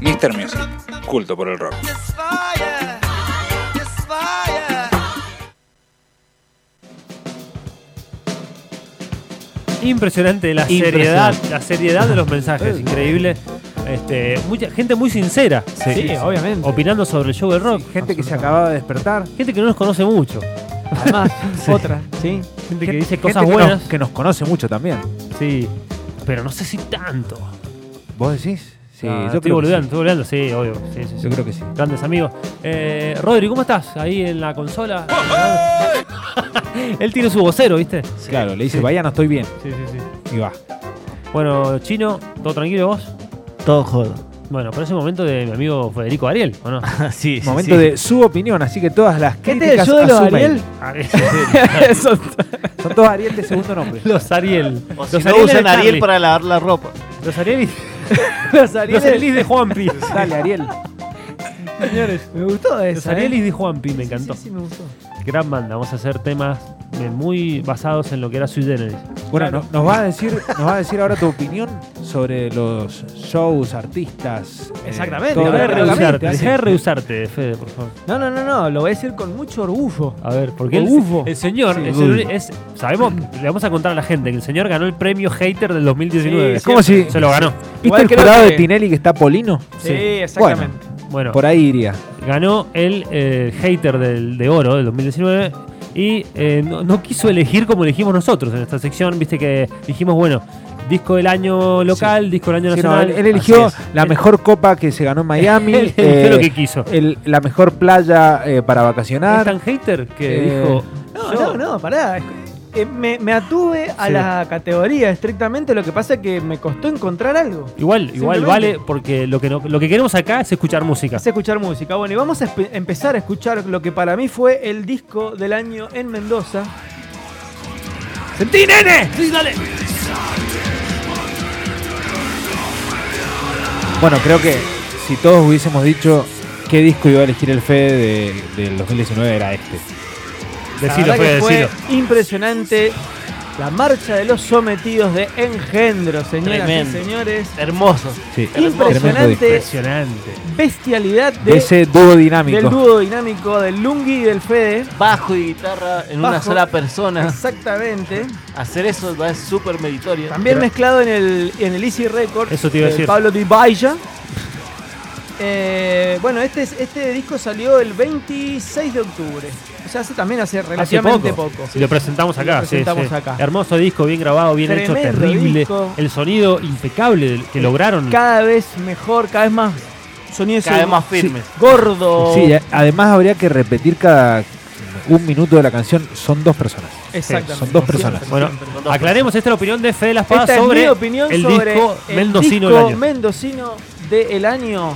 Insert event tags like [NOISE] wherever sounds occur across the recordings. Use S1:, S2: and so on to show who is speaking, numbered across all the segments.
S1: Mr. Music, culto por el rock.
S2: Impresionante la
S3: Impresionante.
S2: seriedad, la seriedad de los mensajes,
S3: [LAUGHS]
S2: increíble. Este, mucha gente muy sincera,
S3: Sí, obviamente.
S2: opinando sobre el show del rock.
S3: [LAUGHS] Gente que se acababa de despertar.
S2: Gente que no nos conoce mucho,
S3: Además, otra. ¿sí?
S2: gente que dice
S3: Gente
S2: cosas
S3: que
S2: buenas,
S3: nos- que nos conoce mucho también.
S2: sí, pero no sé si tanto.
S3: ¿Vos decís? Sí,
S2: Ah,
S3: yo,
S2: estoy
S3: creo que sí.
S2: boludeando, estoy boludeando, sí, obvio. Sí, sí, sí.
S3: yo creo que sí.
S2: Grandes amigos. Eh, Rodri, ¿cómo estás? Ahí en
S3: [LAUGHS]
S2: la consola. Él tiene su vocero, ¿viste?
S3: Claro, le dice,
S2: Sí.
S3: vaya, no estoy bien.
S2: Sí, sí, sí.
S3: Y va.
S2: Bueno, Chino, ¿todo tranquilo vos?
S4: Todo jodo.
S2: Bueno, pero es el momento de mi amigo Federico Ariel, ¿o
S4: [LAUGHS]
S2: no?
S4: sí, sí,
S3: Momento
S4: sí. ¿Este
S3: de su opinión, así que todas las
S4: ¿Qué te
S3: críticas
S4: ayuda
S3: a
S4: lo
S3: su
S4: de
S3: mail.
S4: Eso-
S3: Son todos Ariel de segundo nombre.
S2: [LAUGHS] Los Ariel.
S4: o si
S2: los
S4: no
S2: Ariel
S4: usan
S2: de
S4: Ariel
S2: Charlie.
S4: para lavar la ropa.
S2: Los Ariel, [LAUGHS]
S4: Los
S2: los Arielis de Juanpi.
S3: Dale, Ariel.
S2: Señores,
S4: Me gustó
S2: los
S4: esa. ¿eh?
S2: Arielis de Juanpi me
S4: Sí,
S2: encantó.
S4: sí, sí, me gustó.
S2: Gran banda, vamos a hacer temas eh, muy basados en lo que era Sui Generis.
S3: Bueno, no- nos, vas a decir, nos vas a decir ahora tu opinión sobre los shows, artistas. eh,
S4: Exactamente,
S3: todo
S4: a
S3: lo
S2: Dejá de
S4: ver,
S3: que-
S2: rehusarte,
S4: así.
S2: dejá de rehusarte, Fede, por favor.
S4: No, no, no, no. Lo voy a decir con mucho orgullo.
S2: A ver, porque
S4: Con
S2: el,
S4: Ufo.
S2: el señor
S3: Sí,
S2: es,
S3: Ufo.
S2: el uni- es- sabemos, le vamos a contar a la gente que el señor ganó el premio hater del 2019.
S3: Es como si.
S2: Se lo ganó.
S3: ¿Viste
S4: Igual
S3: el
S4: creo
S3: jurado de
S4: que-
S3: Tinelli que está Polino?
S4: Sí, exactamente.
S2: Bueno,
S3: Por ahí iría.
S2: ganó el eh, hater del, de oro del 2019 y eh, no, no quiso elegir como elegimos nosotros en esta sección. Viste que dijimos, bueno, disco del año local, disco del año
S3: Sí, no,
S2: nacional.
S3: él, él eligió
S2: Así es.
S3: la
S2: Él-
S3: mejor copa que se ganó en Miami.
S2: [LAUGHS] Él eligió
S3: eh,
S2: lo que quiso.
S3: el- la mejor playa eh, para
S2: Es
S3: vacacionar.
S2: tan hater que
S3: Eh,
S2: dijo.
S4: No,
S2: yo-
S4: no, no, pará. Eh, me, me atuve a
S2: Sí.
S4: la categoría estrictamente. Lo que pasa es que me costó encontrar algo.
S2: Igual, igual
S4: Simplemente.
S2: vale, porque lo que, no- lo que queremos acá es escuchar música.
S4: Es escuchar música. Bueno, y vamos a espe- empezar a escuchar lo que para mí fue el disco del año en Mendoza.
S2: ¡Sentí, nene! Sí, dale.
S3: Bueno, creo que si todos hubiésemos dicho qué disco iba a elegir el Fede de- del 2019 era este.
S4: La
S2: Decilo,
S4: verdad
S2: Fede,
S4: que
S2: decilo.
S4: fue impresionante la marcha de los sometidos de Engendro, señoras
S5: Tremendo.
S4: y señores.
S5: Hermoso.
S3: Sí. Tremendo disco.
S4: Impresionante
S2: Impresionante.
S4: bestialidad
S3: De
S4: de-
S3: ese dúo
S4: del
S3: dinámico.
S4: dúo dinámico del Lungi y del Fede.
S5: Bajo y guitarra en una
S4: Bajo.
S5: sola persona.
S4: Exactamente.
S5: Hacer eso va- es súper meritorio.
S4: También mezclado en el, en el Easy Record.
S2: Eso te iba a
S4: de
S2: decir.
S4: Pablo Di Baia. Eh, bueno, este, es- este disco salió el 26 de octubre. O sea, hace, también hace relativamente poco.
S2: Y lo presentamos acá.
S4: Lo presentamos
S2: sí, sí.
S4: acá.
S2: Hermoso disco, bien grabado, bien hecho,
S4: Tremendo
S2: terrible.
S4: disco.
S2: El sonido impecable del- que lograron.
S4: Cada vez mejor, cada vez más sonido
S5: Cada vez
S4: segu-
S5: más firmes.
S4: gordo.
S3: Sí, a- además habría que repetir cada un minuto de la canción. Son dos personas.
S4: Exactamente.
S3: Son dos
S4: Siempre,
S3: personas.
S4: siempre.
S2: bueno, aclaremos esta es la opinión de Fede Las Paz
S4: Esta
S2: sobre
S4: es mi opinión
S2: el
S4: sobre
S2: disco
S4: el
S2: mendocino
S4: disco
S2: del año.
S4: mendocino del año.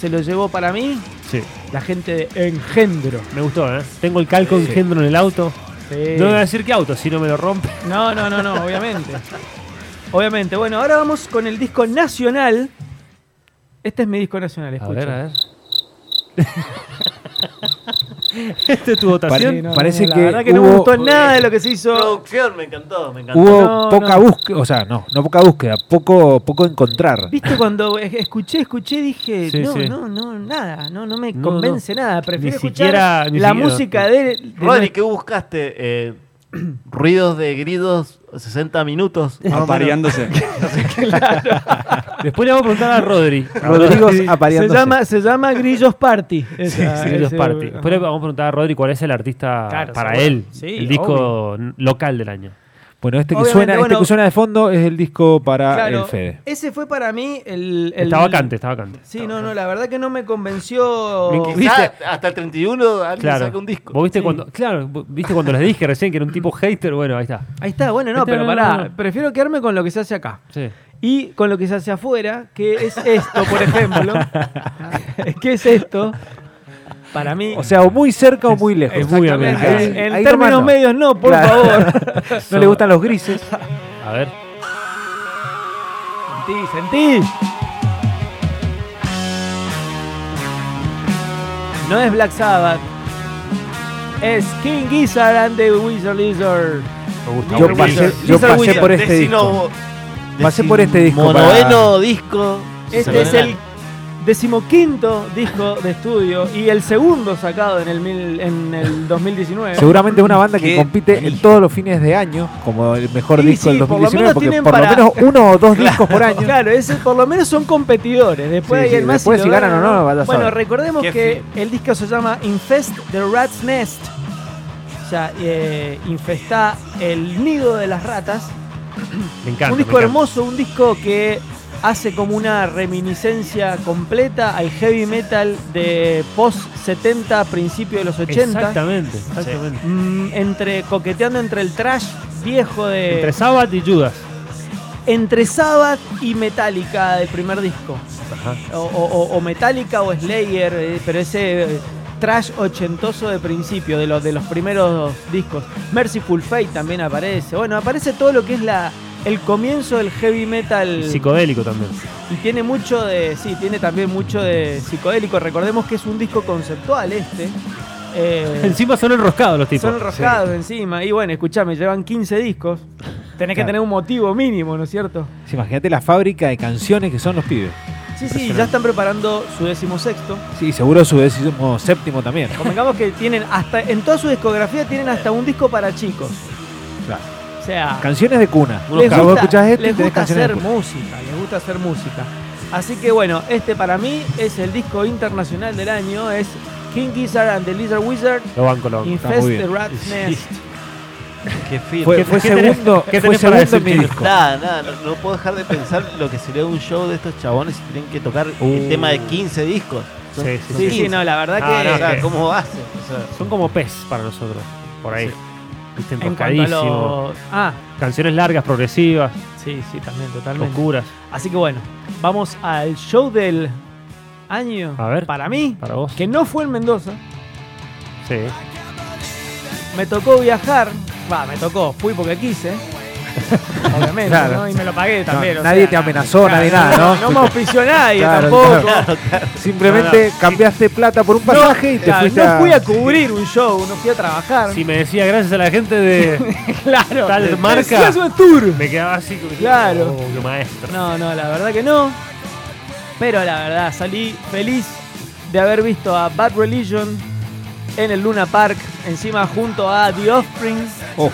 S4: Se lo llevó para mí
S2: Sí,
S4: la gente de Engendro.
S2: me gustó, ¿eh? Tengo el calco
S4: Sí.
S2: engendro en el auto.
S4: Sí.
S2: No voy a decir qué auto, si no me lo rompe. [LAUGHS]
S4: No, no, no, no, obviamente. Obviamente. Bueno, ahora vamos con el disco nacional. Este es mi disco nacional, escucha.
S2: Este es tu votación.
S3: Pare-
S4: Sí, no,
S3: parece
S4: no, la
S3: que,
S4: verdad que no
S3: hubo,
S4: me gustó nada de lo que se hizo.
S5: Producción, me encantó, me encantó.
S3: hubo
S4: No,
S3: poca
S4: no.
S3: búsqueda. O sea, no, no poca búsqueda, poco, poco encontrar.
S4: Viste, cuando es- escuché, escuché, dije,
S2: Sí,
S4: no,
S2: sí.
S4: no, no, nada, no, no me
S2: No,
S4: convence nada. Prefiero escuchar
S2: siquiera- ni
S4: la
S2: siquiera.
S4: música de, de
S5: Rodri, ¿qué buscaste? Eh, [CLEARS THROAT] ruidos de gritos 60 minutos.
S6: Apareándose.
S2: Después le vamos a preguntar a
S4: [LAUGHS]
S2: Rodri. Ah, A
S3: Rodrigo
S2: Rodri.
S4: se
S3: apareándose.
S4: llama, se llama Grillos Party. Esa-
S2: Sí, los
S4: ese-
S2: party. Después le vamos a preguntar a Rodri cuál es el artista
S4: Claro,
S2: para
S4: seguro.
S2: él,
S4: Sí,
S2: el disco n- local del año.
S3: Bueno, este que,
S4: Obviamente,
S3: suena, este
S4: bueno.
S3: que suena de fondo es el disco para
S4: Claro,
S3: el Fede.
S4: ese fue para mí el. el-
S2: está vacante, está vacante.
S4: Sí, no, no, la verdad que no me convenció.
S2: Me encanta.
S5: Quizá
S2: ¿Viste?
S5: Hasta el 31 alguien
S2: Claro.
S5: saca un disco.
S2: ¿Vos viste cuando, claro, vos viste cuando les dije recién que era un tipo hater, bueno, ahí está.
S4: Ahí está, bueno, no,
S2: Este,
S4: pero
S2: no,
S4: pará,
S2: no, no.
S4: prefiero quedarme con lo que se hace acá.
S2: Sí.
S4: Y con lo que se hace afuera, que es esto, por
S3: [LAUGHS]
S4: ejemplo. ¿Qué es esto? Para mí.
S3: O sea, o muy cerca o muy lejos.
S2: es muy
S4: exactamente,
S2: americano.
S4: en- en
S3: Ahí
S4: términos
S3: nomás no.
S4: medios no, por
S3: Claro. [LAUGHS]
S4: favor.
S3: No le gustan los grises.
S2: A ver.
S4: sentí, sentí. No es Black Sabbath. Es King Gizzard and the Wizard Lizard.
S2: Me gusta.
S3: Yo
S2: Bueno,
S3: pasé,
S2: Wizard.
S3: yo
S4: Wizard
S3: pasé por este
S5: Decino
S3: disco.
S5: vos.
S3: Pasé por este disco
S5: Monoeno disco.
S4: Este es
S5: semanal.
S4: el decimoquinto disco de estudio y el segundo sacado en el, mil- en el 2019.
S3: Seguramente es una banda que
S1: Qué
S3: compite en todos los fines de año como el mejor
S4: Sí,
S3: disco
S4: sí,
S3: del
S4: por lo
S3: 2019,
S4: menos
S3: porque
S4: tienen
S3: por lo
S4: para-
S3: menos uno o dos discos
S4: [LAUGHS]
S3: por año.
S4: Claro, ese por lo menos son competidores. Después
S3: Sí,
S4: hay
S3: sí,
S4: el más
S3: después si
S4: lo
S3: ganan o no, vaya a
S4: Bueno,
S3: saber.
S4: recordemos
S1: Qué
S4: que el disco se llama Infest the Rat's Nest. O sea, eh, infesta el nido de las ratas.
S2: Me encanta.
S4: un
S2: me
S4: disco
S2: encanta.
S4: hermoso, un disco que hace como una reminiscencia completa al heavy metal de post 70, principio de los 80.
S2: Exactamente, exactamente.
S4: Mm, entre coqueteando entre el trash viejo de
S2: Entre Sabbath y Judas.
S4: entre Sabbath y Metallica del primer disco.
S2: Ajá.
S4: O, o- o- o Metallica o Slayer, eh, pero ese eh, trash ochentoso de principio, de los, de los primeros discos. Merciful Fate también aparece. Bueno, aparece todo lo que es la el comienzo del heavy metal.
S2: Y psicodélico también.
S4: Y tiene mucho de. Sí, tiene también mucho de psicodélico. Recordemos que es un disco conceptual este. Eh,
S2: Encima son enroscados los tipos.
S4: son enroscados encima. Y bueno, escúchame, llevan 15 discos. Tenés que
S3: Claro.
S4: tener un motivo mínimo, ¿no es cierto?
S3: Sí, Imagínate la fábrica de canciones que son los pibes.
S4: Sí, sí, ya están preparando su decimosexto.
S3: Sí, seguro su décimo séptimo también.
S4: Convengamos que tienen hasta. En toda su discografía tienen hasta un disco para chicos.
S3: Claro.
S4: O sea.
S3: Canciones de cuna.
S4: les
S3: Claro, vos
S4: gusta,
S3: escuchás esto y
S4: les
S3: tenés
S4: gusta
S3: canciones
S4: hacer
S3: de cuna.
S4: música, les gusta hacer música. Así que bueno, este para mí es el disco internacional del año, es King Gizzard and the Lizard Wizard,
S2: Lo banco, lo banco.
S3: muy
S4: Infest
S3: bien.
S4: the Rat's Nest.
S5: Qué fino.
S3: Fue,
S2: ¿Qué-
S3: fue
S2: qué tenés-
S4: [LAUGHS]
S3: segundo,
S2: qué
S3: fue
S2: tenés para
S3: segundo en
S2: decir,
S3: mi
S2: Chino?
S3: disco.
S5: Nada, nada, no, no puedo dejar de pensar lo que sería un show de estos chabones si tienen que tocar el
S2: Uh.
S5: tema de 15 discos. Son-
S2: Sí, sí,
S5: son
S4: Sí,
S5: 15.
S4: sí, no, la verdad
S3: Ah,
S2: No,
S4: que
S2: no,
S5: O sea,
S2: que-
S5: ¿Cómo hacen? O sea,
S2: Son como pez para nosotros. Por ahí.
S5: Sí.
S2: Viste,
S4: en cuanto a
S2: enroscadísimo.
S4: los... Ah,
S2: Canciones largas, progresivas,
S4: sí, sí, también, totalmente.
S2: oscuras.
S4: Así que bueno, vamos al show del año.
S2: A ver.
S4: Para mí,
S2: Para vos.
S4: que no fue en Mendoza,
S2: Sí.
S4: me tocó viajar. Va, me tocó, fui porque
S3: [LAUGHS]
S4: quise. Obviamente,
S3: Claro.
S4: ¿no? Y me lo pagué también.
S3: No,
S4: o
S3: nadie
S4: sea,
S3: te amenazó, nadie nada, ¿no?
S4: No me auspició nadie
S3: Claro,
S4: tampoco.
S3: Simplemente cambiaste plata por un pasaje y te
S4: Claro,
S3: fuiste
S4: no fui a cubrir un show, no fui a trabajar.
S2: Si me decía gracias a la gente de
S4: [LAUGHS] claro.
S2: tal
S4: Hacía
S2: marca,
S4: su tour.
S2: me quedaba así. como-
S4: Claro.
S2: Oh, qué maestro. [LAUGHS]
S4: No, no, la verdad que no. Pero la verdad, salí feliz de haber visto a Bad Religion en el Luna Park, encima junto a The Offspring.
S2: Oh.
S3: Uf.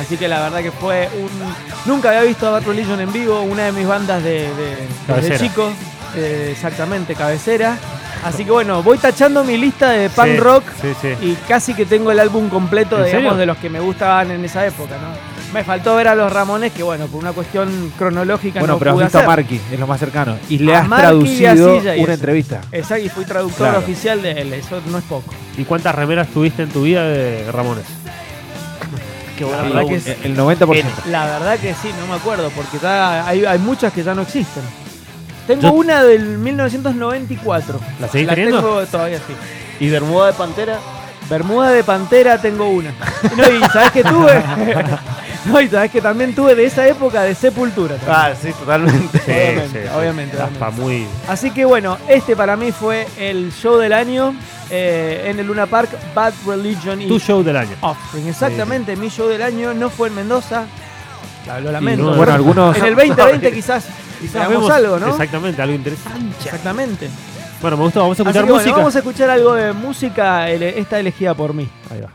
S4: Así que la verdad que fue un... Nunca había visto a Bad Religion en vivo, una de mis bandas de, de- desde
S2: Cabecera.
S4: chico. eh, exactamente, cabecera. Así que bueno, voy tachando mi lista de punk
S2: Sí,
S4: rock
S2: Sí, sí.
S4: y casi que tengo el álbum completo,
S2: ¿En
S4: digamos,
S2: serio?
S4: de los que me gustaban en esa época, ¿no? Me faltó ver a los Ramones, que bueno, por una cuestión cronológica
S3: Bueno,
S4: no
S3: pero has
S4: pude
S3: visto a
S4: hacer.
S3: Marky, es lo más cercano. Y le
S4: A
S3: has
S4: Marky y a
S3: traducido
S4: Silla y
S3: una
S4: eso.
S3: entrevista.
S4: Exacto, y fui traductor
S3: Claro.
S4: oficial de él, eso no es poco.
S2: ¿Y cuántas remeras tuviste en tu vida de Ramones?
S5: qué buena
S4: La verdad
S5: pregunta.
S4: que sí.
S3: El 90%.
S4: La verdad que sí, no me acuerdo, porque ya hay, hay muchas que ya no existen. Tengo
S5: Yo-
S4: una del 1994.
S2: ¿La seguís
S4: la
S2: teniendo?
S4: tengo todavía sí.
S5: ¿Y Bermuda de Pantera?
S4: Bermuda de Pantera tengo una. No, y sabes
S3: [LAUGHS]
S4: que tuve. [LAUGHS] no, y sabes que también tuve de esa época de Sepultura. también.
S5: Ah, sí, totalmente.
S4: Obviamente, obviamente,
S2: Taspa muy.
S4: Así que bueno, este para mí fue el show del año eh, en el Luna Park, Bad Religion y
S2: Tu show del año.
S4: Offspring. Exactamente, mi show del año no fue en Mendoza. Lo, lo lamento.
S2: no,
S3: Bueno, algunos.
S4: en el 2020 quizás, quizás
S2: Vemos
S4: algo, ¿no?
S2: Exactamente, algo interesante.
S4: Exactamente.
S2: Bueno, me gustó. Vamos a
S4: Así
S2: escuchar
S4: que bueno,
S2: música.
S4: vamos a escuchar algo de música, ele- esta elegida por mí.
S2: Ahí va.